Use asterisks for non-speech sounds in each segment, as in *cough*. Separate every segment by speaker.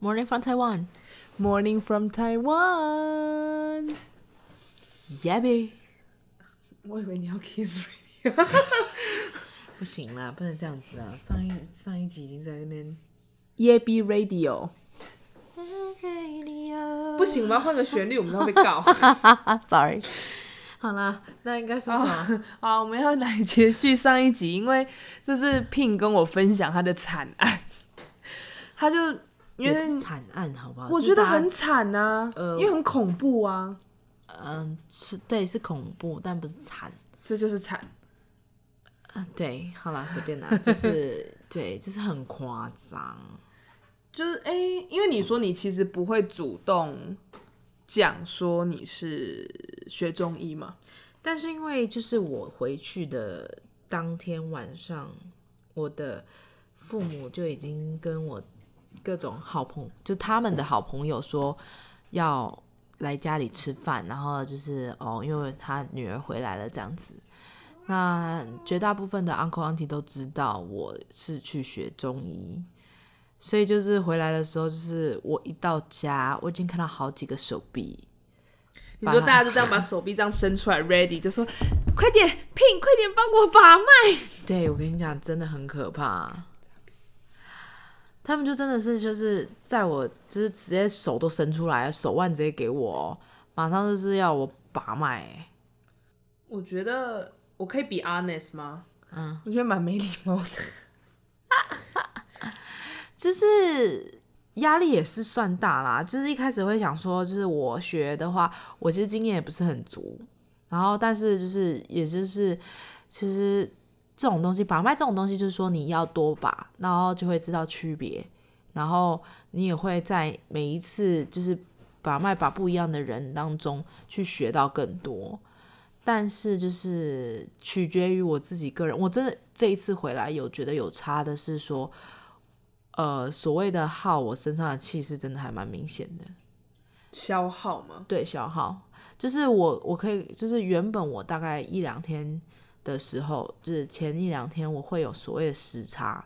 Speaker 1: Morning from Taiwan.
Speaker 2: Morning from Taiwan。
Speaker 1: Yeah, baby.
Speaker 2: 我以为你要 Kiss Radio。
Speaker 1: 不行啦，不能这样子啊！上一上一集已经在那边。
Speaker 2: 耶 B Radio。不行，我要换个旋律，我们都要被告。
Speaker 1: *laughs* Sorry。好啦，那应该说什么？
Speaker 2: *laughs*
Speaker 1: *laughs*
Speaker 2: 好，我们要来接续上一集，因为这是 Pin 跟我分享他的惨案， *laughs* 他就因
Speaker 1: 也
Speaker 2: 为
Speaker 1: 不是惨案，好不好？
Speaker 2: 我
Speaker 1: 就
Speaker 2: 觉得
Speaker 1: 大家
Speaker 2: 很惨呐、
Speaker 1: 呃
Speaker 2: 因为很恐怖啊，
Speaker 1: 嗯，是对，是恐怖，但不是惨。
Speaker 2: 这就是惨。
Speaker 1: 啊， *laughs* 对，好啦，随便啦，就是对，就是很夸张。
Speaker 2: 就是哎、诶因为你说你其实不会主动讲说你是学中医嘛，
Speaker 1: 但是因为就是我回去的当天晚上，我的父母就已经跟我各种好朋，就他们的好朋友说要来家里吃饭，然后就是哦，因为他女儿回来了这样子。那绝大部分的 uncle auntie 都知道我是去学中医，所以就是回来的时候，就是我一到家，我已经看到好几个手臂，
Speaker 2: 你
Speaker 1: 把
Speaker 2: 说
Speaker 1: 它
Speaker 2: 大家就这样把手臂这样伸出来，ready，就说快点，Pin，快点帮我把脉。
Speaker 1: 对，我跟你讲，真的很可怕。他们就真的是就是在我就是直接手都伸出来，手腕直接给我哦，马上就是要我把脉欸。
Speaker 2: 我觉得我可以比 honest 吗？
Speaker 1: 嗯，
Speaker 2: 我觉得蛮没礼貌的。
Speaker 1: 就是压力也是算大啦。就是一开始会想说，就是我学的话，我其实经验也不是很足，然后但是就是也就是其实这种东西把脉这种东西，就是说你要多把，然后就会知道区别，然后你也会在每一次就是把脉把不一样的人当中去学到更多。但是就是取决于我自己个人，我真的这一次回来有觉得有差的是说，呃，所谓的耗我身上的气是真的还蛮明显的。
Speaker 2: 消耗吗？
Speaker 1: 对，消耗就是我我可以就是原本我大概一两天的时候，就是前一两天我会有所谓的时差，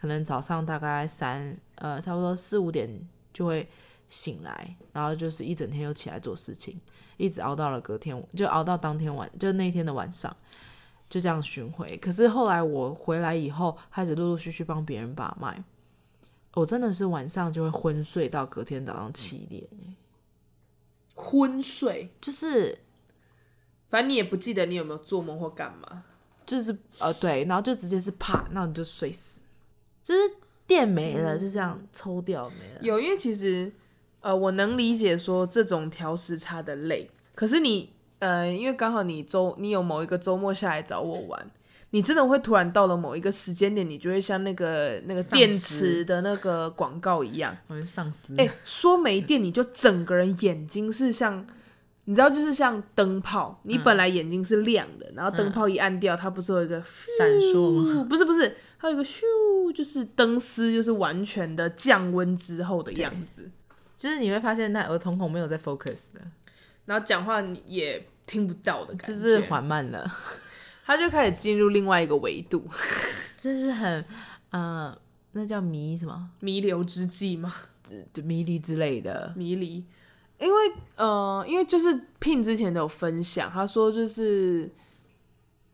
Speaker 1: 可能早上大概三呃差不多四五点就会醒来，然后就是一整天又起来做事情，一直熬到了隔天，就熬到当天晚就那天的晚上。就这样巡回，可是后来我回来以后，开始陆陆续续帮别人把脉，我真的是晚上就会昏睡到隔天早上七点，
Speaker 2: 昏睡，
Speaker 1: 就是
Speaker 2: 反正你也不记得你有没有做梦或干嘛。
Speaker 1: 就是呃对，然后就直接是啪，那你就睡死，就是电没了，就这样抽掉没了。
Speaker 2: 嗯有，因为其实呃，我能理解说这种调时差的累，可是你呃，因为刚好你周你有某一个周末下来找我玩，你真的会突然到了某一个时间点，你就会像那个那个
Speaker 1: 丧
Speaker 2: 电
Speaker 1: 尸
Speaker 2: 池的那个广告一样，
Speaker 1: 我们丧尸，
Speaker 2: 哎、说没电你就整个人眼睛是像。你知道，就是像灯泡，
Speaker 1: 嗯
Speaker 2: 你本来眼睛是亮的，然后灯泡一按掉，它不是有一个
Speaker 1: 嗯闪烁吗？
Speaker 2: 不是不是，它有一个咻，就是灯丝，就是完全的降温之后的样子，
Speaker 1: 就是你会发现那儿童孔没有在 focus 的，
Speaker 2: 然后讲话你也听不到的感
Speaker 1: 就
Speaker 2: 觉，
Speaker 1: 是缓慢了， *laughs*
Speaker 2: 他就开始进入另外一个维度，
Speaker 1: 这是很呃，那叫迷什么
Speaker 2: 弥留之际吗？
Speaker 1: 就迷离之类的。
Speaker 2: 迷离，因为呃，因为就是 Pin 之前都有分享，他说就是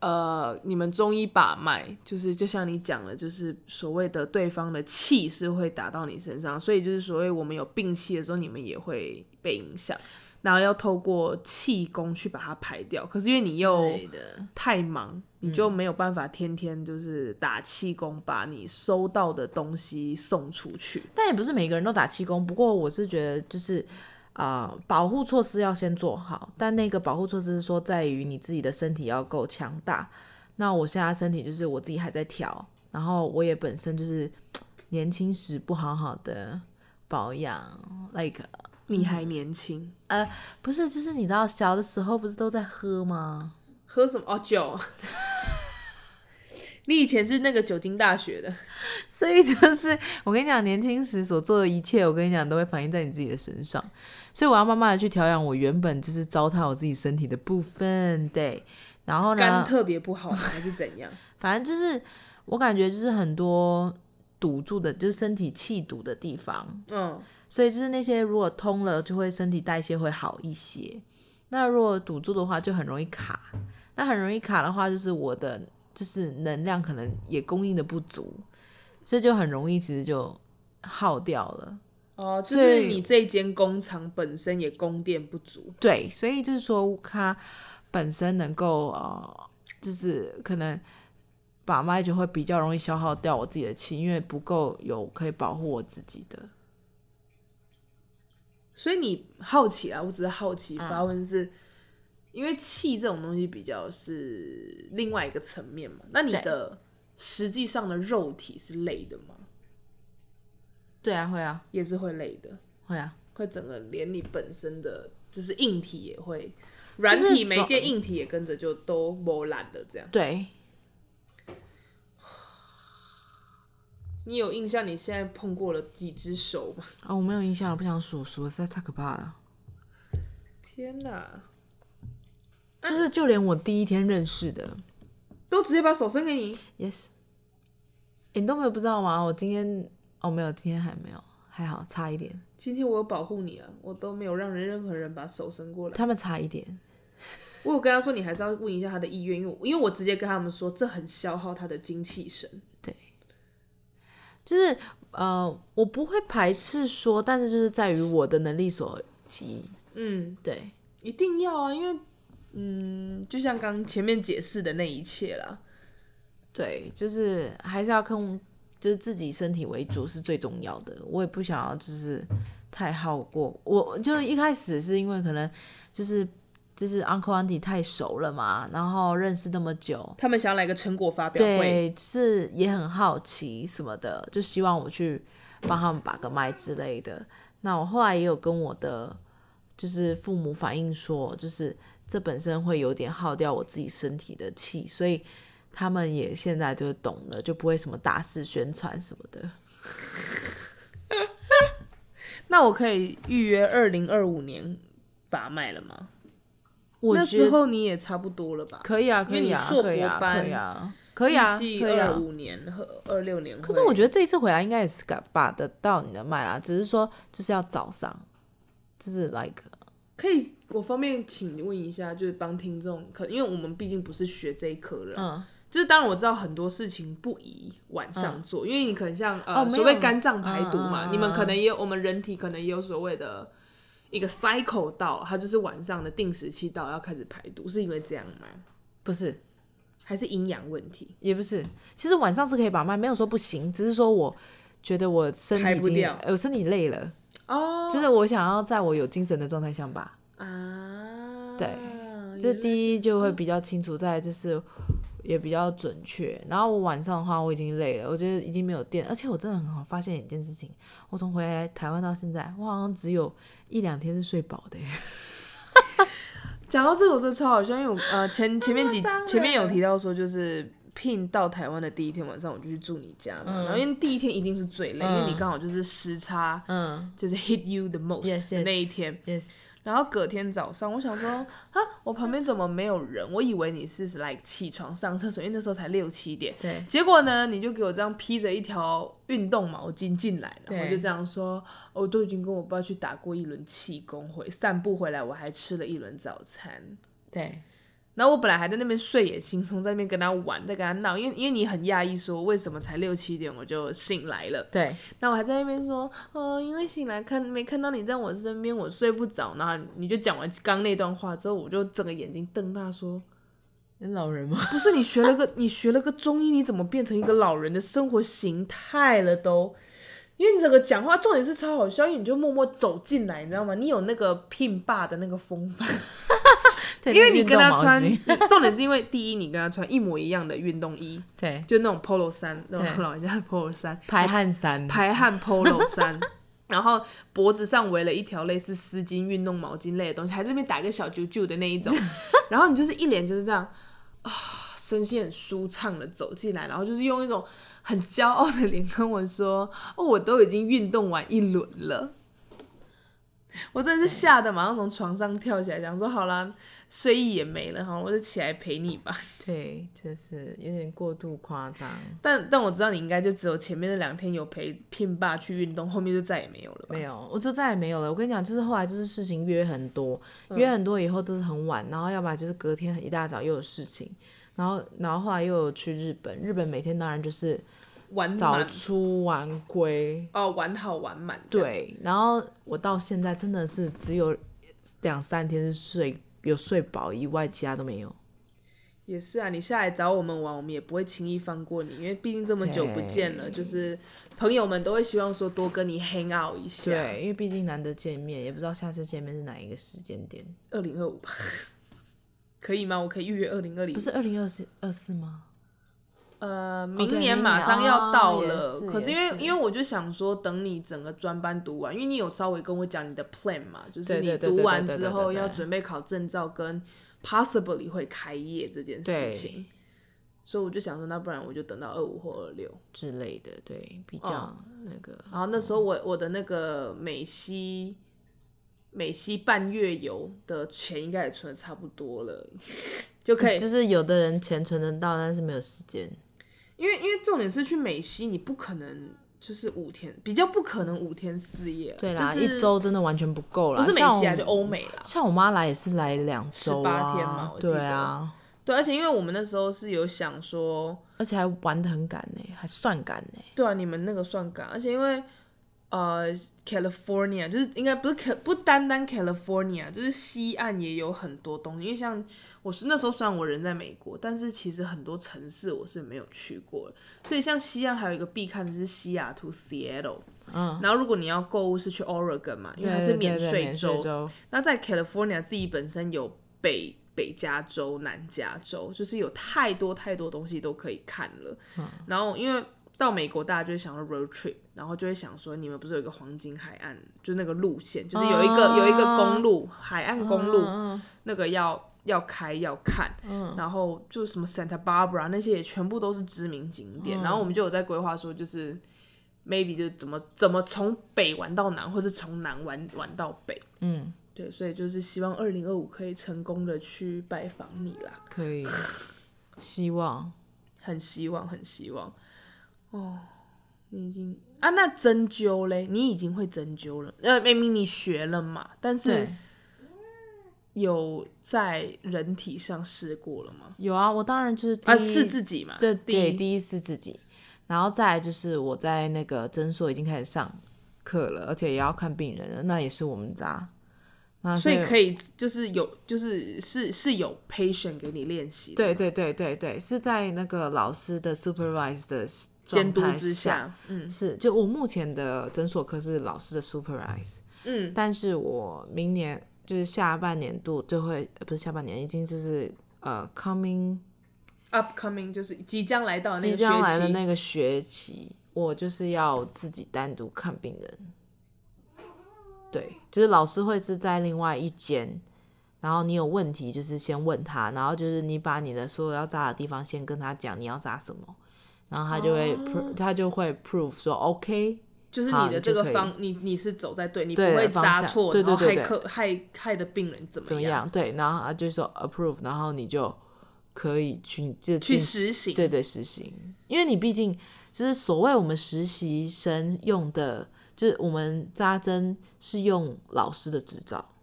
Speaker 2: 呃，你们中医把脉，就是就像你讲的，就是所谓的对方的气是会打到你身上，所以就是所谓我们有病气的时候，你们也会被影响，然后要透过气功去把它排掉。可是因为你又
Speaker 1: 对的，
Speaker 2: 太忙，你就没有办法天天就是打气功，把你收到的东西送出去。
Speaker 1: 但也不是每个人都打气功。不过我是觉得，就是啊、呃保护措施要先做好。但那个保护措施是说，在于你自己的身体要够强大。那我现在身体就是我自己还在调，然后我也本身就是年轻时不好好的保养，like
Speaker 2: 你还年轻，
Speaker 1: 不是就是你知道小的时候不是都在喝吗？
Speaker 2: 喝什么？哦，酒。 *laughs* 你以前是那个酒精大学的，
Speaker 1: 所以就是我跟你讲，年轻时所做的一切，我跟你讲都会反映在你自己的身上。所以我要慢慢的去调养我原本就是糟蹋我自己身体的部分，对。然后
Speaker 2: 肝
Speaker 1: 呢，
Speaker 2: 特别不好吗还是怎 *laughs* 样？
Speaker 1: 反正就是我感觉就是很多堵住的，就是身体气堵的地方，
Speaker 2: 嗯，
Speaker 1: 所以就是那些如果通了，就会身体代谢会好一些。那如果堵住的话，就很容易卡。那很容易卡的话，就是我的就是能量可能也供应的不足，所以就很容易其实就耗掉了。
Speaker 2: 哦，就
Speaker 1: 所
Speaker 2: 是
Speaker 1: 以
Speaker 2: 你这间工厂本身也供电不足，
Speaker 1: 对，所以就是说它本身能够呃，就是可能把脉就会比较容易消耗掉我自己的气，因为不够有可以保护我自己的。
Speaker 2: 所以你好奇啊，我只是好奇发问是，因为气这种东西比较是另外一个层面嘛，那你
Speaker 1: 对
Speaker 2: 的实际上的肉体是累的吗？
Speaker 1: 对啊，会啊，
Speaker 2: 也是会累的，
Speaker 1: 会啊，
Speaker 2: 会整个连你本身的就是硬体也会，软
Speaker 1: 就是
Speaker 2: 体没
Speaker 1: 总
Speaker 2: 电，硬体也跟着就都磨烂了这样。
Speaker 1: 对，
Speaker 2: 你有印象你现在碰过了几只手吗？
Speaker 1: 啊、我没有印象，我不想数数了，实在太可怕了。
Speaker 2: *laughs* 天哪，
Speaker 1: 就是就连我第一天认识的
Speaker 2: 都直接把手伸给你，
Speaker 1: ，yes，、诶你都没有不知道吗？我今天哦没有，今天还没有，还好差一点，
Speaker 2: 今天我有保护你啊，我都没有让人任何人把手伸 *laughs* 过来。
Speaker 1: 他们差一点，
Speaker 2: 我有跟他说，你还是要问一下他的意愿，因为我因为我直接跟他们说，这很消耗他的精气神。
Speaker 1: 就是呃，我不会排斥说，但是就是在于我的能力所及。
Speaker 2: 嗯，
Speaker 1: 对，
Speaker 2: 一定要啊，因为嗯，就像刚前面解释的那一切啦，
Speaker 1: 对，就是还是要控，就是自己身体为主是最重要的。我也不想要就是太耗过，我就一开始是因为可能就是就是 uncle auntie 太熟了嘛，然后认识那么久，
Speaker 2: 他们想要来个成果发表会，
Speaker 1: 对，是也很好奇什么的，就希望我去帮他们把个脉之类的。那我后来也有跟我的就是父母反映说，就是这本身会有点耗掉我自己身体的气，所以他们也现在就懂了，就不会什么大肆宣传什么的。
Speaker 2: 那我可以预约二零二五年把脉了吗？
Speaker 1: 我
Speaker 2: 那
Speaker 1: 觉
Speaker 2: 时
Speaker 1: 得
Speaker 2: 候你也差不多了吧？
Speaker 1: 可以啊，可
Speaker 2: 为
Speaker 1: 以
Speaker 2: 你
Speaker 1: 啊，
Speaker 2: 硕
Speaker 1: 可以
Speaker 2: 博
Speaker 1: 啊，
Speaker 2: 班
Speaker 1: 可以啊，可以啊，可
Speaker 2: 预计
Speaker 1: 以
Speaker 2: 二
Speaker 1: 啊。
Speaker 2: 五年和二六年会，
Speaker 1: 可是我觉得这一次回来应该也是敢把得到你的脉啦，只是说就是要早上，就是 like
Speaker 2: 可以，我方便请问一下，就是帮听众，可因为我们毕竟不是学这一科的，
Speaker 1: 嗯。
Speaker 2: 就是当然我知道很多事情不宜晚上做，因为你可能像呃、
Speaker 1: 哦没有
Speaker 2: 所谓肝脏排毒嘛，
Speaker 1: 嗯嗯嗯
Speaker 2: 你们可能也有，我们人体可能也有所谓的一个 cycle 到，它就是晚上的定时期到要开始排毒，是因为这样吗？
Speaker 1: 不是，
Speaker 2: 还是营养问题？
Speaker 1: 也不是。其实晚上是可以把脉，没有说不行，只是说我觉得我身体
Speaker 2: 排
Speaker 1: 已
Speaker 2: 不
Speaker 1: 经，
Speaker 2: 掉
Speaker 1: 呃我身体累了，
Speaker 2: 哦
Speaker 1: 就是我想要在我有精神的状态下吧。
Speaker 2: 啊，
Speaker 1: 对
Speaker 2: 原来，
Speaker 1: 这嗯第一就会比较清楚，在就是也比较准确。然后我晚上的话，我已经累了，我觉得已经没有电，而且我真的很好发现一件事情，我从回来台湾到现在，我好像只有一两天是睡饱的耶。
Speaker 2: 讲到这个，我真的超好笑，因为我
Speaker 1: *laughs*
Speaker 2: 呃前前面几
Speaker 1: 夸张了
Speaker 2: 前面有提到说，就是聘到台湾的第一天晚上，我就去住你家嘛，然后因为第一天一定是最累，因为你刚好就是时差，
Speaker 1: 嗯
Speaker 2: 就是 hit you the most
Speaker 1: Yes, yes.
Speaker 2: 的那一天。
Speaker 1: ，yes，
Speaker 2: 然后隔天早上，我想说啊，我旁边怎么没有人？我以为你是 like 起床上厕所，因为那时候才六七点。
Speaker 1: 对，
Speaker 2: 结果呢，你就给我这样披着一条运动毛巾进来，然后
Speaker 1: 对
Speaker 2: 我就这样说，哦我都已经跟我爸去打过一轮气功回，散步回来，我还吃了一轮早餐。
Speaker 1: 对，
Speaker 2: 然后我本来还在那边睡眼惺忪，在那边跟他玩，在跟他闹，因为因为你很讶异说为什么才六七点我就醒来了，
Speaker 1: 对，
Speaker 2: 那我还在那边说，哦，因为醒来看没看到你在我身边，我睡不着。然后你就讲完刚那段话之后，我就整个眼睛瞪大说，
Speaker 1: 你老人吗？ *laughs*
Speaker 2: 不是你学了个你学了个中医，你怎么变成一个老人的生活形态了都？因为你整个讲话重点是超好笑，因为你就默默走进来，你知道吗？你有那个聘爸的那个风
Speaker 1: *laughs*
Speaker 2: 范，
Speaker 1: 对
Speaker 2: 因为
Speaker 1: 那个
Speaker 2: 你
Speaker 1: 运
Speaker 2: 跟
Speaker 1: 动
Speaker 2: 他
Speaker 1: 毛
Speaker 2: 穿，
Speaker 1: 巾
Speaker 2: 你 *laughs* 重点是因为第一你跟他穿一模一样的运动衣，
Speaker 1: 对
Speaker 2: 就那种 polo 衫，那种
Speaker 1: 对
Speaker 2: 老人家的 polo 衫，
Speaker 1: 排汗衫，
Speaker 2: 排汗 polo *laughs* 衫，然后脖子上围了一条类似丝巾、运动毛巾类的东西，还在那边打一个小啾啾的那一 *laughs* 种，然后你就是一脸就是这样啊、身心很舒畅的走进来，然后就是用一种很骄傲的脸跟我说：“哦，我都已经运动完一轮了。” *laughs* 我真的是吓得马上从床上跳起来，想说好啦，睡意也没了哈，我就起来陪你吧。 *laughs*
Speaker 1: 对，就是有点过度夸张。
Speaker 2: 但但我知道你应该就只有前面那两天有陪聘爸去运动，后面就再也没有了吧？
Speaker 1: 没有，我就再也没有了。我跟你讲，就是后来就是事情约很多，约很多以后都是很晚，然后要不然就是隔天一大早又有事情，然后然后后来又有去日本，日本每天当然就是
Speaker 2: 玩
Speaker 1: 早
Speaker 2: 满
Speaker 1: 出晚归，
Speaker 2: 哦，玩好玩满。，
Speaker 1: 对。然后我到现在真的是只有两三天是睡有睡饱以外，其他都没有。
Speaker 2: 也是啊，你下来找我们玩，我们也不会轻易放过你，因为毕竟这么久不见了，就是朋友们都会希望说多跟你 hang out 一下。，
Speaker 1: 对，因为毕竟难得见面，也不知道下次见面是哪一个时间点，
Speaker 2: 二零二五 *laughs* 吧，可以吗？我可以预约二零二零
Speaker 1: 不。是二零二四二四吗？
Speaker 2: 呃，
Speaker 1: 对
Speaker 2: 明
Speaker 1: 明年
Speaker 2: 年马上要到了，
Speaker 1: 哦也是
Speaker 2: 可是因为
Speaker 1: 也是
Speaker 2: 因为我就想说，等你整个专班读完，因为你有稍微跟我讲你的 plan 嘛，就是
Speaker 1: 对
Speaker 2: 你
Speaker 1: 对对
Speaker 2: 读
Speaker 1: 对
Speaker 2: 完
Speaker 1: 对对
Speaker 2: 之
Speaker 1: 对
Speaker 2: 后
Speaker 1: 对
Speaker 2: 要准备考证照，跟 possibly 会开业这件事
Speaker 1: 对
Speaker 2: 情，所以我就想说，那不然我就等到二五或二六。
Speaker 1: 之类的，对，
Speaker 2: 哦
Speaker 1: 比较那个。
Speaker 2: 然后那时候我我的那个美西美西半月游的钱应该也存的差不多了， *laughs* 就可以，
Speaker 1: 就是有的人钱存得到，但是没有时间。
Speaker 2: 因为因为重点是去美西，你不可能就是五天，比较不可能五天四夜啊，
Speaker 1: 对啦，
Speaker 2: 就是
Speaker 1: 一周真的完全不够啦。
Speaker 2: 不是美西啊，
Speaker 1: 像
Speaker 2: 就
Speaker 1: 我
Speaker 2: 欧美啦。
Speaker 1: 像我妈来也是来两周
Speaker 2: 18
Speaker 1: 啊，
Speaker 2: 天嘛我记得
Speaker 1: 对啊，
Speaker 2: 对，而且因为我们那时候是有想说，
Speaker 1: 而且还玩得很赶呢、还算赶呢、
Speaker 2: 对啊，你们那个算赶，而且因为呃，California 就是应该不是 Cal 不单单 California，就是西岸也有很多东西。因为像我是那时候虽然我人在美国，但是其实很多城市我是没有去过的，所以像西岸还有一个必看的就是西雅图 Seattle。
Speaker 1: 嗯，
Speaker 2: 然后如果你要购物是去 Oregon 嘛，因为它
Speaker 1: 对
Speaker 2: 是
Speaker 1: 对
Speaker 2: 免
Speaker 1: 对
Speaker 2: 税
Speaker 1: 免
Speaker 2: 州。
Speaker 1: 税州，
Speaker 2: 那在 California 自己本身有北北加州、南加州，就是有太多太多东西都可以看了。
Speaker 1: 嗯
Speaker 2: 然后因为到美国，大家就会想到 road trip，然后就会想说，你们不是有一个黄金海岸，就是那个路线，就是有一个、有一个公路，海岸公路，
Speaker 1: 哦嗯
Speaker 2: 那个要要开要看，然后就什么 Santa Barbara 那些也全部都是知名景
Speaker 1: 嗯
Speaker 2: 点，然后我们就有在规划说，就是 maybe 就怎么怎么从北玩到南，或是从南玩玩到北，
Speaker 1: 嗯，
Speaker 2: 对，所以就是希望二零二五可以成功的去拜访你啦，
Speaker 1: 可
Speaker 2: *laughs*
Speaker 1: 以，希望
Speaker 2: 很希望，很希望。哦，哦你已经啊，那针灸嘞，你已经会针灸了，呃，maybe 你学了嘛，但是
Speaker 1: 对。
Speaker 2: 有在人体上试过了吗？
Speaker 1: 有啊，我当然就是第
Speaker 2: 啊，
Speaker 1: 一
Speaker 2: 是自己嘛？
Speaker 1: 这对
Speaker 2: 第一
Speaker 1: 第一次自己，然后再来就是我在那个诊所已经开始上课了，而且也要看病人了，那也是我们家，那
Speaker 2: 所以
Speaker 1: 以
Speaker 2: 可以就是有就是是是有 patient 给你练习的
Speaker 1: 对对对对对，是在那个老师的 supervise 的
Speaker 2: 监督
Speaker 1: 状态
Speaker 2: 之
Speaker 1: 下，
Speaker 2: 下，嗯
Speaker 1: 是就我目前的诊所科是老师的 supervise，
Speaker 2: 嗯，
Speaker 1: 但是我明年就是下半年度就会呃不是下半年，已经就是呃 coming
Speaker 2: upcoming 就是即将来到的那
Speaker 1: 即
Speaker 2: 个
Speaker 1: 将来的
Speaker 2: 学期，
Speaker 1: 那个学期，我就是要自己单独看病人。对，就是老师会是在另外一间，然后你有问题就是先问他，然后就是你把你的所有要扎的地方先跟他讲你要扎什么，然后他就
Speaker 2: 哦
Speaker 1: 会、pro 他就会 prove 说 OK，
Speaker 2: 就是
Speaker 1: 好
Speaker 2: 你的
Speaker 1: 你
Speaker 2: 这
Speaker 1: 就
Speaker 2: 个
Speaker 1: 可以
Speaker 2: 方，你你是走在对，你不
Speaker 1: 对
Speaker 2: 会
Speaker 1: 方
Speaker 2: 扎
Speaker 1: 向
Speaker 2: 错，
Speaker 1: 对
Speaker 2: 然后
Speaker 1: 对
Speaker 2: 害
Speaker 1: 对
Speaker 2: 客害害的病人怎
Speaker 1: 怎
Speaker 2: 么
Speaker 1: 么样？对，然后他就说 approve，然后你就可以去就
Speaker 2: 去
Speaker 1: 进
Speaker 2: 实行？
Speaker 1: 对对，实习，因为你毕竟就是所谓我们实习生用的，就是我们扎针是用老师的执照，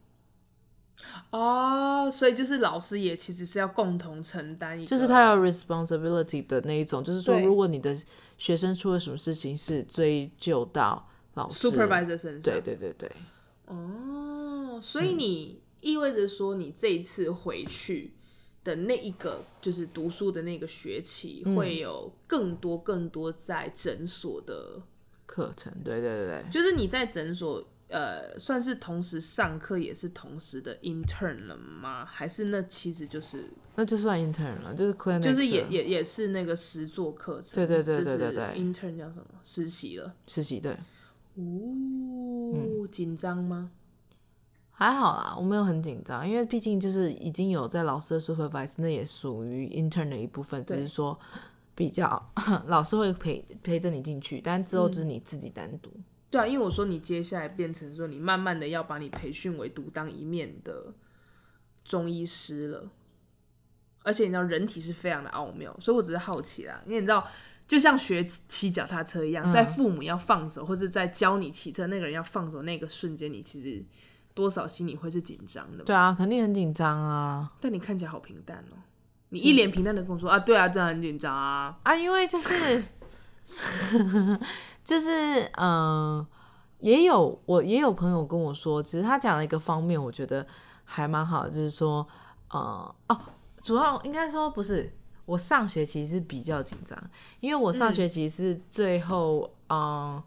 Speaker 2: 哦，所以就是老师也其实是要共同承担一个，
Speaker 1: 就是他有 responsibility 的那一种，就是说
Speaker 2: 对
Speaker 1: 如果你的学生出了什么事情，是追究到老师。
Speaker 2: supervisor 身上，
Speaker 1: 对嗯对对对，
Speaker 2: 哦，所以你意味着说，你这一次回去的那一个就是读书的那个学期，
Speaker 1: 嗯
Speaker 2: 会有更多更多在诊所的，
Speaker 1: 课程，对对对对，
Speaker 2: 就是你在诊所。呃，算是同时上课，也是同时的 intern 了吗？还是那其实就是
Speaker 1: 那就算 intern 了，就是 clinic，
Speaker 2: 就是也
Speaker 1: 的
Speaker 2: 也也是那个实作课程？
Speaker 1: 对对对对对
Speaker 2: 就是
Speaker 1: 对
Speaker 2: intern 叫什么？实习了？
Speaker 1: 实习对，嗯
Speaker 2: 哦，紧张吗？
Speaker 1: 还好啦，我没有很紧张，因为毕竟就是已经有在老师的 supervise，那也属于 intern 的一部分，只
Speaker 2: 对
Speaker 1: 是说 *laughs* 比较老师会陪陪着你进去，但之后就是你自己单独。
Speaker 2: 对啊，因为我说你接下来变成说你慢慢的要把你培训为独当一面的中医师了，而且你知道人体是非常的奥妙，所以我只是好奇啦，因为你知道。就像学骑脚踏车一样，在父母要放手，或是在教你骑车那个人要放手那个瞬间，你其实多少心里会是紧张的嘛。
Speaker 1: 对啊，肯定很紧张啊
Speaker 2: 但你看起来好平淡哦、你一脸平淡的跟我说啊，对啊，对啊，很紧张啊。
Speaker 1: 啊，因为就是 *laughs* 就是嗯、呃也有我也有朋友跟我说，其实他讲了一个方面，我觉得还蛮好的，就是说呃哦，主要应该说不是。我上学期是比较紧张，因为我上学期是最后，嗯，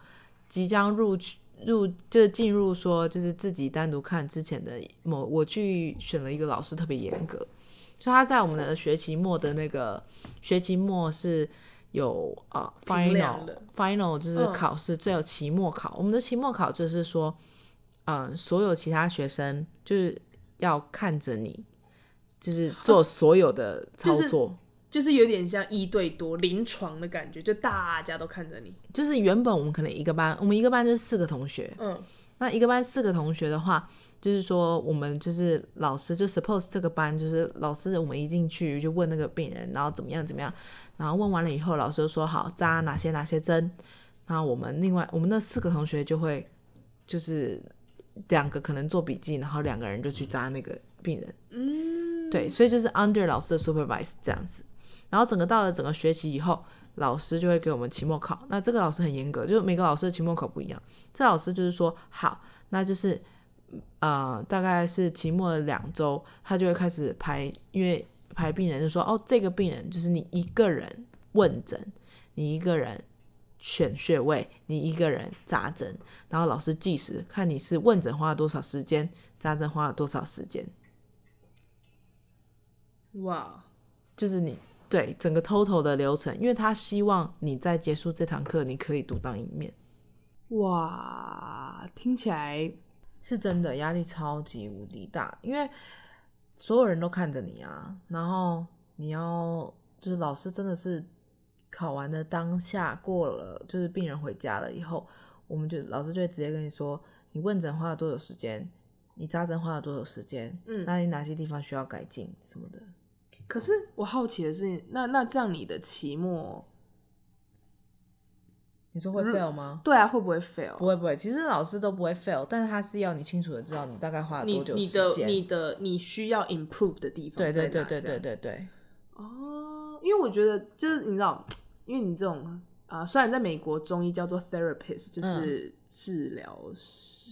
Speaker 1: 即将入去入就是进入说就是自己单独看之前的某，我去选了一个老师特别严格，所以他在我们的学期末的那个学期末是有呃
Speaker 2: 评量
Speaker 1: final
Speaker 2: 的
Speaker 1: final 就是
Speaker 2: 嗯
Speaker 1: 考试，最后期末考。我们的期末考就是说，嗯、所有其他学生就是要看着你，就是做所有的操
Speaker 2: 哦就是
Speaker 1: 作。
Speaker 2: 就是有点像一对多临床的感觉，就大家都看着你。
Speaker 1: 就是原本我们可能一个班，我们一个班就是四个同学，
Speaker 2: 嗯，
Speaker 1: 那一个班四个同学的话，就是说我们就是老师就 suppose 这个班就是老师，我们一进去就问那个病人，然后怎么样怎么样，然后问完了以后，老师就说好扎哪些哪些针，然后我们另外我们那四个同学就会就是两个可能做笔记，然后两个人就去扎那个病人，嗯，对，所以就是 under 老师的 supervise 这样子，然后整个到了整个学期以后。老师就会给我们期末考，那这个老师很严格，就是每个老师的期末考不一样。这老师就是说，好，那就是呃，大概是期末的两周，他就会开始排，因为排病人就说，哦，这个病人就是你一个人问诊，你一个人选穴位，你一个人扎针，然后老师计时，看你是问诊花了多少时间，扎针花了多少时间，
Speaker 2: 哇，
Speaker 1: 就是你。对整个 total 的流程，因为他希望你在结束这堂课，你可以独当一面，
Speaker 2: 哇，听起来
Speaker 1: 是真的压力超级无敌大，因为所有人都看着你啊，然后你要就是老师真的是考完的当下过了，就是病人回家了以后，我们就老师就会直接跟你说，你问诊花了多久时间，你扎针花了多久时间，
Speaker 2: 嗯
Speaker 1: 那你哪些地方需要改进什么的。
Speaker 2: 可是我好奇的是，那那这样你的期末，
Speaker 1: 你说会 fail 吗？
Speaker 2: 对啊，会不会
Speaker 1: 不
Speaker 2: fail？
Speaker 1: 会不会，其实老师都不会 fail，但是他是要你清楚的知道你大概花了
Speaker 2: 你
Speaker 1: 啊多久
Speaker 2: 你
Speaker 1: 时
Speaker 2: 的
Speaker 1: 间。
Speaker 2: 你的你需要 improve 的地方
Speaker 1: 对对
Speaker 2: 在
Speaker 1: 对
Speaker 2: 哪
Speaker 1: 对
Speaker 2: 这
Speaker 1: 对
Speaker 2: 样
Speaker 1: 对对，
Speaker 2: 哦，因为我觉得就是你知道，因为你这种啊、虽然在美国中医叫做 therapist，就是治疗师，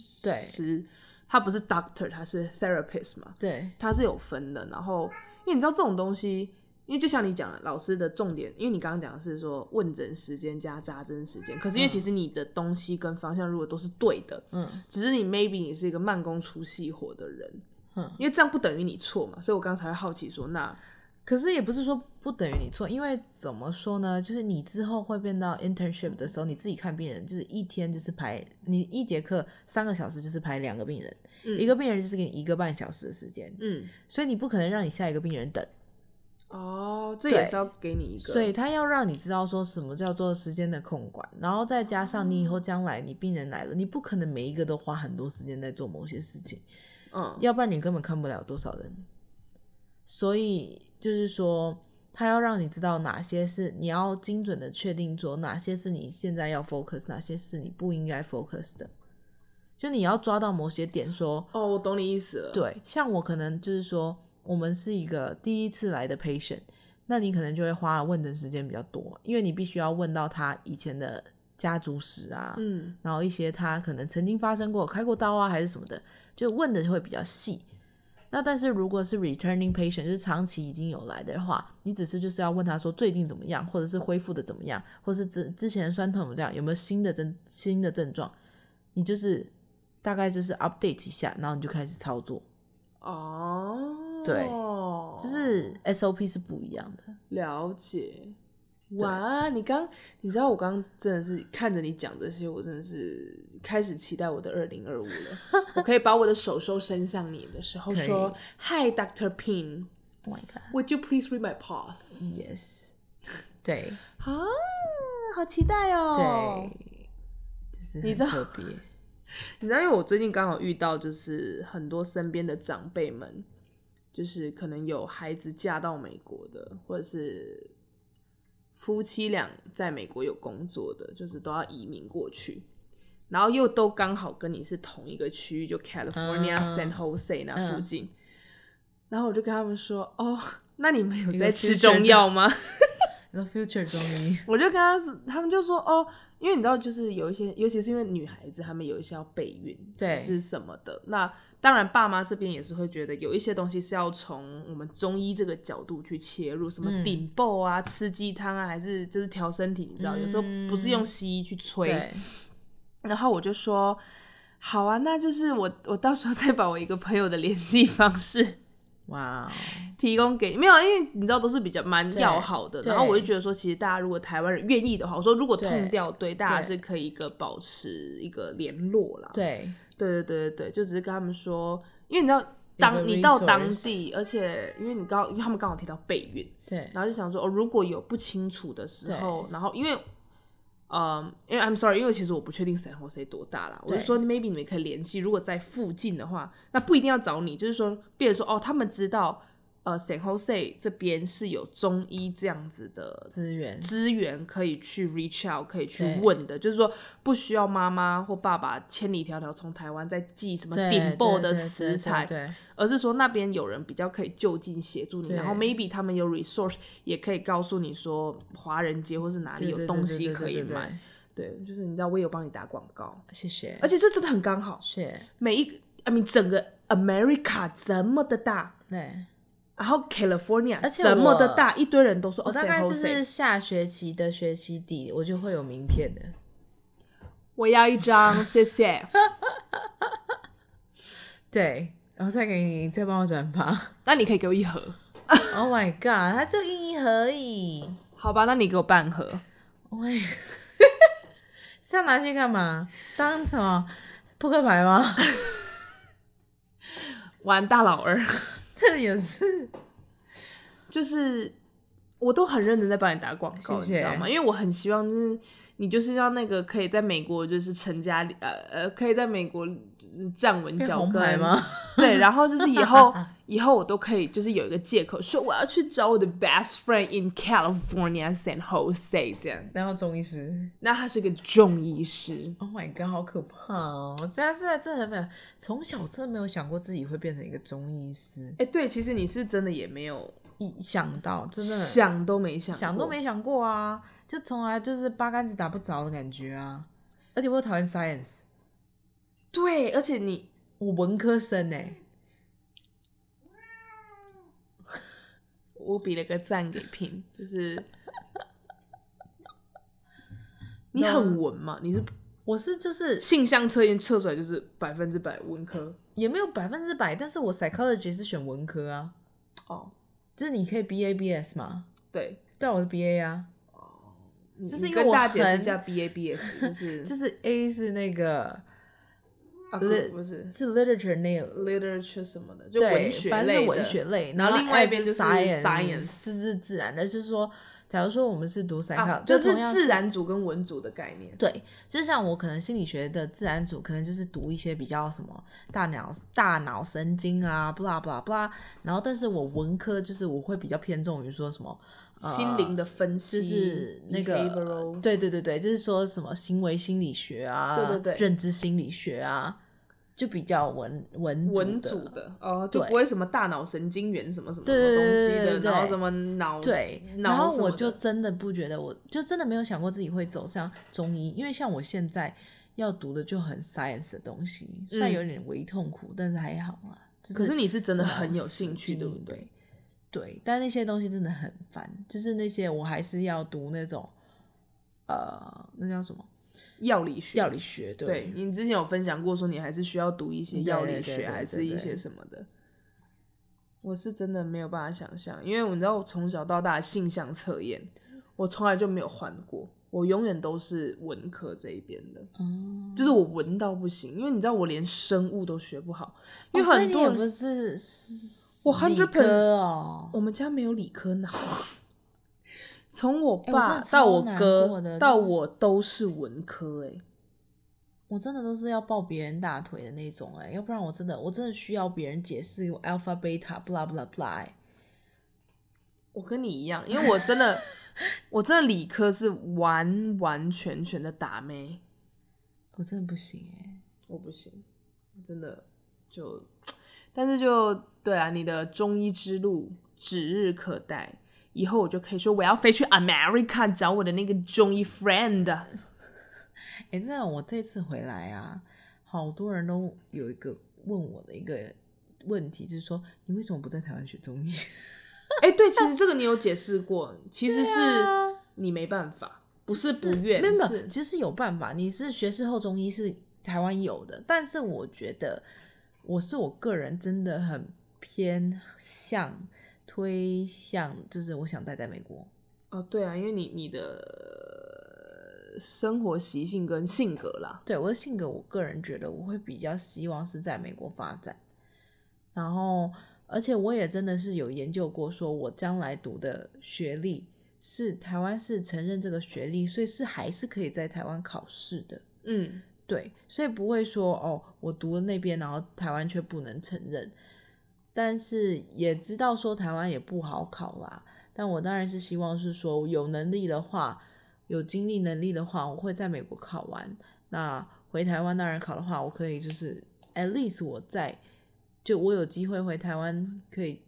Speaker 1: 嗯对
Speaker 2: 他不是 doctor，他是 therapist 嘛，
Speaker 1: 对，
Speaker 2: 它是有分的。然后，因为你知道这种东西，因为就像你讲的，老师的重点，因为你刚刚讲的是说问诊时间加扎针时间，可是因为其实你的东西跟方向如果都是对的，
Speaker 1: 嗯
Speaker 2: 只是你 maybe 你是一个慢工出细活的人，
Speaker 1: 嗯。
Speaker 2: 因为这样不等于你错嘛，所以我刚才会好奇说，那
Speaker 1: 可是也不是说不等于你错，因为怎么说呢？就是你之后会变到 internship 的时候，你自己看病人，就是一天就是排你一节课三个小时，就是排两个病人，
Speaker 2: 嗯
Speaker 1: 一个病人就是给你一个半小时的时间，
Speaker 2: 嗯，
Speaker 1: 所以你不可能让你下一个病人等，
Speaker 2: 哦，这
Speaker 1: 对
Speaker 2: 也是要给你一个，
Speaker 1: 所以他要让你知道说什么叫做时间的控管，然后再加上你以后将来你病人来了，你不可能每一个都花很多时间在做某些事情，
Speaker 2: 嗯，
Speaker 1: 要不然你根本看不了多少人。所以就是说，他要让你知道哪些是你要精准的确定说哪些是你现在要 focus，哪些是你不应该 focus 的。就你要抓到某些点说，
Speaker 2: 哦，我懂你意思了，，
Speaker 1: 对，像我可能就是说，我们是一个第一次来的 patient，那你可能就会花问诊时间比较多，因为你必须要问到他以前的家族史啊，
Speaker 2: 嗯，
Speaker 1: 然后一些他可能曾经发生过开过刀啊，还是什么的，就问的会比较细。那但是如果是 returning patient，就是长期已经有来的话，你只是就是要问他说最近怎么样，或者是恢复的怎么样，或是之之前的酸痛怎么样，有没有新的症新的症状，你就是大概就是 update 一下，然后你就开始操作，
Speaker 2: 哦，
Speaker 1: 对就是 SOP 是不一样的。
Speaker 2: 了解。哇，你刚，你知道我刚刚真的是看着你讲这些，我真的是开始期待我的二零二五了。我可以把我的手手伸向你的时候
Speaker 1: 可以
Speaker 2: 说：“Hi, Doctor Pin,
Speaker 1: Oh my god!
Speaker 2: would you please read my pulse？”
Speaker 1: 嗯 Yes，对
Speaker 2: 啊，好期待哦！
Speaker 1: 对，就是是很
Speaker 2: 你知道
Speaker 1: 特别。
Speaker 2: 你知道，因为我最近刚好遇到，就是很多身边的长辈们，就是可能有孩子嫁到美国的，或者是夫妻俩在美国有工作的，就是都要移民过去，然后又都刚好跟你是同一个区域，就 California、
Speaker 1: 嗯
Speaker 2: San Jose 那附
Speaker 1: 嗯
Speaker 2: 近。然后我就跟他们说：“哦，那你们有
Speaker 1: 你
Speaker 2: 在
Speaker 1: 的
Speaker 2: 吃
Speaker 1: future
Speaker 2: 中药吗？”
Speaker 1: 那 future 中 *laughs* 医，
Speaker 2: 我就跟他说，他们就说哦，因为你知道，就是有一些，尤其是因为女孩子，她们有一些要备孕，
Speaker 1: 对
Speaker 2: 是什么的。那当然，爸妈这边也是会觉得有一些东西是要从我们中医这个角度去切入，什么
Speaker 1: 嗯
Speaker 2: 顶爆啊、吃鸡汤啊，还是就是调身体，你知道，有时候不是用西医去
Speaker 1: 嗯
Speaker 2: 催。
Speaker 1: 对，
Speaker 2: 然后我就说，好啊，那就是我我到时候再把我一个朋友的联系方式
Speaker 1: 哇哦，
Speaker 2: 提供给没有，因为你知道都是比较蛮
Speaker 1: 对
Speaker 2: 要好的，
Speaker 1: 对
Speaker 2: 然后我就觉得说，其实大家如果台湾人愿意的话，我说如果痛
Speaker 1: 对
Speaker 2: 掉，对大家
Speaker 1: 对
Speaker 2: 是可以一个保持一个联络啦。
Speaker 1: 对，
Speaker 2: 对对对对对，就只是跟他们说，因为你知道
Speaker 1: 有
Speaker 2: 当
Speaker 1: 个
Speaker 2: 你到
Speaker 1: resource
Speaker 2: 当地，而且因为你刚因为他们刚好提到备孕，
Speaker 1: 对，
Speaker 2: 然后就想说哦，如果有不清楚的时候，然后因为。嗯，因为 I'm sorry，因为其实我不确定沈红谁多大啦，我就
Speaker 1: 对
Speaker 2: 说 maybe 你们可以联系，如果在附近的话，那不一定要找你，就是说，比如说哦，他们知道呃 San Jose 这边是有中医这样子的
Speaker 1: 资源，
Speaker 2: 资源可以去 reach out，可以去
Speaker 1: 对
Speaker 2: 问的，就是说不需要妈妈或爸爸千里迢迢从台湾再寄什么
Speaker 1: 对
Speaker 2: 顶爆的
Speaker 1: 对对
Speaker 2: 食材，
Speaker 1: 对，对
Speaker 2: 而是说那边有人比较可以就近协助你，
Speaker 1: 对
Speaker 2: 然后 maybe 他们有 resource 也可以告诉你说华人街或是哪里
Speaker 1: 对
Speaker 2: 有
Speaker 1: 对
Speaker 2: 东
Speaker 1: 对
Speaker 2: 西
Speaker 1: 对
Speaker 2: 可
Speaker 1: 对
Speaker 2: 以
Speaker 1: 对
Speaker 2: 买。对，就是你知道我也有帮你打广告，
Speaker 1: 对谢谢，
Speaker 2: 而且这真的很刚好，
Speaker 1: 谢谢，
Speaker 2: 每一个 I mean 整个 America 这么的大，
Speaker 1: 对。
Speaker 2: 然后 California
Speaker 1: 而且
Speaker 2: 这么的
Speaker 1: 我
Speaker 2: 大，一堆人都说
Speaker 1: 我
Speaker 2: 哦
Speaker 1: 大概
Speaker 2: San
Speaker 1: 就
Speaker 2: Jose
Speaker 1: 是下学期的学期底，我就会有名片的。
Speaker 2: 我要一张，谢谢。 *laughs*
Speaker 1: 对，然后再给你，再帮我转发。
Speaker 2: 那你可以给我一盒，
Speaker 1: oh my god，它就一盒而已。
Speaker 2: 好吧？那你给我半盒。
Speaker 1: 喂，是要拿去干嘛？当什么扑克牌吗？
Speaker 2: 玩大老二，
Speaker 1: 这也是
Speaker 2: 就是我都很认真在帮你打广告，
Speaker 1: 谢谢
Speaker 2: 你知道吗？因为我很希望就是你就是要那个可以在美国就是成家立呃呃，可以在美国就是站稳
Speaker 1: 变
Speaker 2: 脚
Speaker 1: 红牌
Speaker 2: 跟
Speaker 1: 吗？？
Speaker 2: 对，然后就是以
Speaker 1: *laughs*
Speaker 2: 后以后我都可以就是有一个借口说我要去找我的 best friend in California San Jose 这样。
Speaker 1: 然后中医师
Speaker 2: 那他是个中医师，
Speaker 1: ，Oh my god，好可怕哦！我真的真的真的很没有，从小真的没有想过自己会变成一个中医师，
Speaker 2: 哎、对，其实你是真的也没有
Speaker 1: 一想到真的
Speaker 2: 想都没想，
Speaker 1: 想都。没想过啊，就从来就是八竿子打不着的感觉啊。而且我又讨厌 science，
Speaker 2: 对，而且你
Speaker 1: 我文科生哎、
Speaker 2: 我比了个赞给拼，
Speaker 1: *laughs*
Speaker 2: 就是你很文嘛，你是
Speaker 1: 我是就是
Speaker 2: 性向测验测出来就是百分之百文科
Speaker 1: 也没有百分之百，但是我 psychology 是选文科啊，
Speaker 2: 哦，
Speaker 1: 就是你可以 B A B S 嘛，
Speaker 2: 对，
Speaker 1: 对啊，我是 B A 啊，
Speaker 2: 你
Speaker 1: 就是
Speaker 2: 你
Speaker 1: 因为
Speaker 2: 跟
Speaker 1: 我
Speaker 2: 大家解释
Speaker 1: 很
Speaker 2: 一下 B A
Speaker 1: *laughs*
Speaker 2: B S，就是
Speaker 1: 就是 A 是那个
Speaker 2: 啊
Speaker 1: 不是
Speaker 2: 不是
Speaker 1: 是 literature 那个
Speaker 2: literature 什么的，就
Speaker 1: 对，
Speaker 2: 文学
Speaker 1: 反正是
Speaker 2: 类
Speaker 1: 文
Speaker 2: 的
Speaker 1: 学类，
Speaker 2: 然后另外一
Speaker 1: S
Speaker 2: 边就是
Speaker 1: science，,
Speaker 2: science
Speaker 1: 就是自然的，就是说，假如说我们是读 psych，、
Speaker 2: 啊，就是
Speaker 1: 同样
Speaker 2: 自然组跟文组的概念。
Speaker 1: 对，就像我可能心理学的自然组，可能就是读一些比较什么大脑大脑神经啊，blah blah blah。然后，但是我文科就是我会比较偏重于说什么、呃、
Speaker 2: 心灵的分析
Speaker 1: 就是那个
Speaker 2: behavioral，
Speaker 1: 对对对对，就是说什么行为心理学啊，
Speaker 2: 对对对
Speaker 1: 认知心理学啊，就比较文文
Speaker 2: 文
Speaker 1: 组
Speaker 2: 组
Speaker 1: 的。
Speaker 2: 的哦，就
Speaker 1: 对
Speaker 2: 不会什么大脑神经元什么什么什
Speaker 1: 对
Speaker 2: 么
Speaker 1: 对
Speaker 2: 东西
Speaker 1: 对
Speaker 2: 的，
Speaker 1: 对对
Speaker 2: 然后什么脑
Speaker 1: 对，
Speaker 2: 脑
Speaker 1: 然后
Speaker 2: 什么
Speaker 1: 我
Speaker 2: 的
Speaker 1: 就真的不觉得我，就真的没有想过自己会走上中医，因为像我现在要读的就很 science 的东西，虽然
Speaker 2: 嗯
Speaker 1: 有点微痛苦，但是还好啦。就
Speaker 2: 可是你是真的
Speaker 1: 这种
Speaker 2: 很有
Speaker 1: 死
Speaker 2: 兴趣，
Speaker 1: 记
Speaker 2: 对不
Speaker 1: 忆
Speaker 2: 对？
Speaker 1: 呗？对，但那些东西真的很烦，就是那些我还是要读那种，呃，那叫什么
Speaker 2: 药理学，
Speaker 1: 药理学？对，
Speaker 2: 对你之前有分享过，说你还是需要读一些药理
Speaker 1: 对对对
Speaker 2: 学，
Speaker 1: 对
Speaker 2: 还是一些什么的。我是真的没有办法想象，因为我知道我从小到大的性向测验，我从来就没有换过，我永远都是文科这一边的，
Speaker 1: 哦，
Speaker 2: 就是我文到不行，因为你知道我连生物都学不好，因
Speaker 1: 哦
Speaker 2: 为
Speaker 1: 所以
Speaker 2: 很
Speaker 1: 你
Speaker 2: 多
Speaker 1: 也
Speaker 2: 人、
Speaker 1: 不是是
Speaker 2: 我
Speaker 1: 理
Speaker 2: 100%
Speaker 1: 科哦，
Speaker 2: 我们家没有理科脑， *laughs* 从我
Speaker 1: 哎我真
Speaker 2: 爸
Speaker 1: 的
Speaker 2: 到
Speaker 1: 超
Speaker 2: 我
Speaker 1: 难过
Speaker 2: 哥
Speaker 1: 的
Speaker 2: 到
Speaker 1: 就是
Speaker 2: 我都是文科、欸，
Speaker 1: 我真的都是要抱别人大腿的那种哎、要不然我真的我真的需要别人解释 alpha beta blah blah blah 欸、
Speaker 2: 我跟你一样，因为我真 *laughs* 的，我真的理科是完完全全的打妹，
Speaker 1: 我真的不行哎、
Speaker 2: 我不行，我真的就，但是就对啊，你的中医之路指日可待。以后我就可以说我要飞去 America 找我的那个中医 *laughs* friend。
Speaker 1: 哎、那我这次回来啊，好多人都有一个问我的一个问题，就是说你为什么不在台湾学中医？ *laughs*
Speaker 2: 哎、对，其实这个你有解释过，其
Speaker 1: 对
Speaker 2: 实是
Speaker 1: 啊
Speaker 2: 你没办法，不是不愿，
Speaker 1: 没有没有，
Speaker 2: 是
Speaker 1: 其实有办法。你是学士后中医是台湾有的，但是我觉得我是我个人真的很偏向推向，就是我想待在美国。
Speaker 2: 哦，对啊，因为你你的呃生活习性跟性格啦，
Speaker 1: 对我的性格，我个人觉得我会比较希望是在美国发展。然后，而且我也真的是有研究过，说我将来读的学历是台湾是承认这个学历，所以是还是可以在台湾考试的。
Speaker 2: 嗯，
Speaker 1: 对，所以不会说哦，我读了那边，然后台湾却不能承认。但是也知道说台湾也不好考啦，但我当然是希望是说有能力的话，有经济能力的话，我会在美国考完。那回台湾当然考的话，我可以就是 at least 我在就我有机会回台湾可以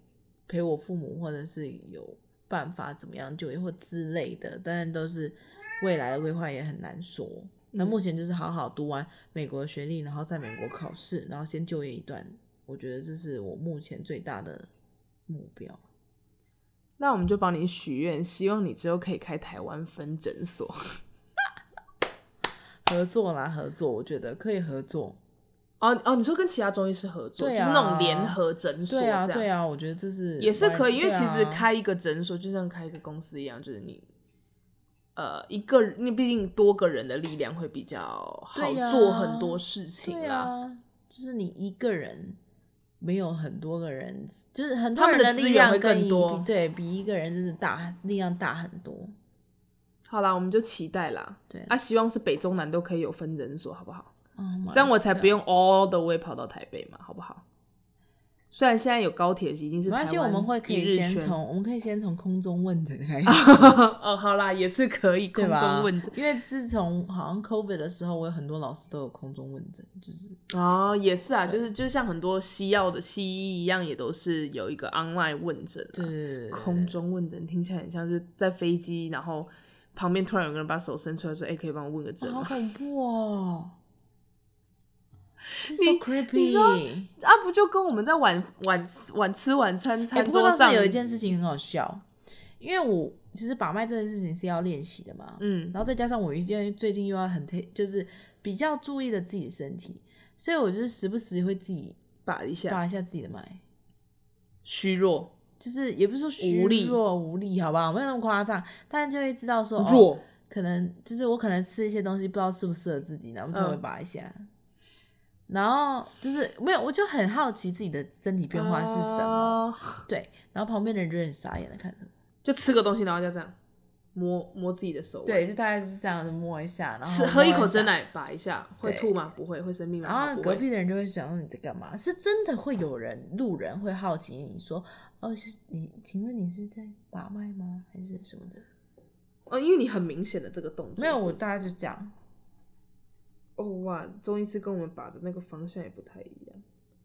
Speaker 1: 陪我父母，或者是有办法怎么样就业或之类的，当然都是未来的规划也很难说。那
Speaker 2: 嗯
Speaker 1: 目前就是好好读完美国的学历，然后在美国考试，然后先就业一段，我觉得这是我目前最大的目标。
Speaker 2: 那我们就帮你许愿，希望你之后可以开台湾分诊所。
Speaker 1: 合作啦，合作，我觉得可以合作。
Speaker 2: 哦哦，你说跟其他中医师合作，
Speaker 1: 对
Speaker 2: 就
Speaker 1: 啊
Speaker 2: 是那种联合诊所这
Speaker 1: 对啊，
Speaker 2: 样，
Speaker 1: 对啊，我觉得这是
Speaker 2: 也是可以，因为
Speaker 1: 对啊
Speaker 2: 其实开一个诊所就像开一个公司一样，就是你。呃，一个人，你毕竟多个人的力量会比较好
Speaker 1: 对呀
Speaker 2: 做很多事情
Speaker 1: 对
Speaker 2: 啦。
Speaker 1: 啊，就是你一个人没有很多个人，就是很多
Speaker 2: 他们
Speaker 1: 人
Speaker 2: 的资
Speaker 1: 力
Speaker 2: 源
Speaker 1: 量
Speaker 2: 会
Speaker 1: 跟
Speaker 2: 更
Speaker 1: 一
Speaker 2: 多
Speaker 1: 比对比一个人真是大力量大很多。
Speaker 2: 好啦，我们就期待啦。
Speaker 1: 对
Speaker 2: 啊，希望是北中南都可以有分诊所，好不好？
Speaker 1: 嗯，
Speaker 2: 这样我才不用 all the way 跑到台北嘛，好不好？虽然现在有高铁，已经是
Speaker 1: 没
Speaker 2: 台
Speaker 1: 关系，我
Speaker 2: 湾
Speaker 1: 们会可
Speaker 2: 一
Speaker 1: 以
Speaker 2: 日
Speaker 1: 先
Speaker 2: 圈
Speaker 1: 从我们可以先从空中问诊开始。
Speaker 2: *laughs* 哦，好啦，也是可以空
Speaker 1: 对吧？
Speaker 2: 中问诊
Speaker 1: 因为自从好像 COVID 的时候，我有很多老师都有空中问诊，就是
Speaker 2: 哦，也是啊，就是就像很多西药的西医一样，也都是有一个 online 问诊、啊，
Speaker 1: 对对对对对
Speaker 2: 空中问诊听起来很像是在飞机，然后旁边突然有个人把手伸出来说：“哎、可以帮我问个诊
Speaker 1: 哦
Speaker 2: 吗
Speaker 1: 好？”恐怖
Speaker 2: *laughs*
Speaker 1: 哦！你
Speaker 2: 你
Speaker 1: so
Speaker 2: 你知道
Speaker 1: creepy。
Speaker 2: 啊，不就跟我们在晚晚晚吃晚餐
Speaker 1: 哎、
Speaker 2: 餐
Speaker 1: 不过
Speaker 2: 桌
Speaker 1: 当
Speaker 2: 上
Speaker 1: 时有一件事情很好笑，因为我其实把脉这件事情是要练习的嘛，
Speaker 2: 嗯，
Speaker 1: 然后再加上我一件最近又要很特，就是比较注意的自己的身体，所以我就是时不时会自己
Speaker 2: 把一下
Speaker 1: 把一下自己的脉。
Speaker 2: 虚弱
Speaker 1: 就是也不是说虚
Speaker 2: 无力
Speaker 1: 弱无力，好不好？没有那么夸张，但就会知道说，哦、
Speaker 2: 弱，
Speaker 1: 可能就是我可能吃一些东西不知道适不适合自己，然后
Speaker 2: 嗯
Speaker 1: 稍微拔一下。然后就是没有，我就很好奇自己的身体变化是什么。
Speaker 2: 哦
Speaker 1: 对，然后旁边的人就很傻眼的看着我。
Speaker 2: 就吃个东西，然后就这样摸摸自己的手腕，
Speaker 1: 对，就大概就是这样子摸一下，然后
Speaker 2: 吃
Speaker 1: 摸
Speaker 2: 喝一口
Speaker 1: 下
Speaker 2: 真。奶把一下，会
Speaker 1: 对
Speaker 2: 吐吗？不会，会生病吗？
Speaker 1: 然后
Speaker 2: 不
Speaker 1: 隔
Speaker 2: 会。
Speaker 1: 壁的人就会想说你在干嘛？是真的会有人路人会好奇你说，哦，是你，请问你是在把脉吗？还是什么的？
Speaker 2: 哦，因为你很明显的这个动作
Speaker 1: 没有，我大概就这样。
Speaker 2: 哦哇，中医师跟我们把的那个方向也不太一样，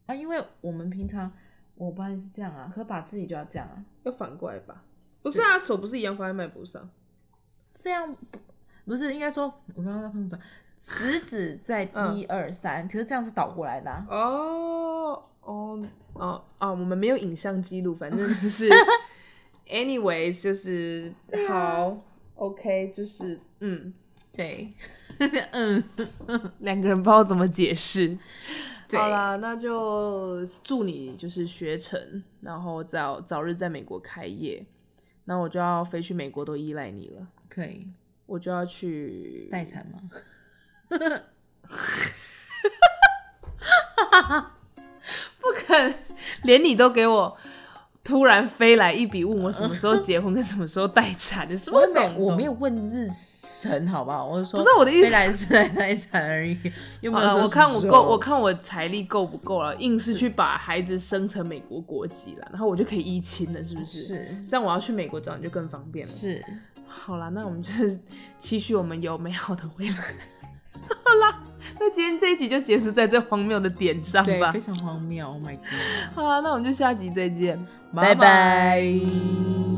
Speaker 1: 啊，因为我们平常我帮你是这样啊，可把自己就要这样啊，
Speaker 2: 要反过来吧？不是啊，手不是一样放在脉搏上，
Speaker 1: 这样不不是应该说，我刚刚在碰撞，食指在
Speaker 2: 嗯
Speaker 1: 一二三，可是这样是倒过来的、啊。
Speaker 2: 哦哦哦哦，我们没有影像记录，反
Speaker 1: *laughs*
Speaker 2: 正就是，anyways，就是
Speaker 1: 啊
Speaker 2: 好，OK，就是嗯，
Speaker 1: *laughs* 对，嗯
Speaker 2: 两个人不知道怎么解释。
Speaker 1: *laughs* 对
Speaker 2: 好啦，那就祝你就是学成，然后早早日在美国开业。那我就要飞去美国，都依赖你了。
Speaker 1: 可以
Speaker 2: 我就要去
Speaker 1: 待产吗？
Speaker 2: 不肯，连你都给我突
Speaker 1: *laughs*
Speaker 2: 然飞来一笔，问我什么时候结婚跟什么时候待产，你是不
Speaker 1: 我
Speaker 2: 是
Speaker 1: 没有，我没有问日成，好不好？我是说，
Speaker 2: 不是我的意思
Speaker 1: 被来自来那一场而已，又没
Speaker 2: 好
Speaker 1: 有
Speaker 2: 了，
Speaker 1: 说
Speaker 2: 我看
Speaker 1: 什
Speaker 2: 我
Speaker 1: 么时
Speaker 2: 够，
Speaker 1: 候
Speaker 2: 我看我财力够不够了，硬是去把孩子生成美国国籍了，然后我就可以依亲了，是不是？
Speaker 1: 是
Speaker 2: 这样我要去美国找你就更方便了。
Speaker 1: 是，
Speaker 2: 好啦，那我们就是 *laughs* 期许我们有美好的未来。 *laughs* 好啦，那今天这一集就结束在这荒谬的点上
Speaker 1: 对，
Speaker 2: 吧
Speaker 1: 非。常荒谬。Oh my god！
Speaker 2: 好啦，那我们就下集再见，
Speaker 1: 拜拜
Speaker 2: 拜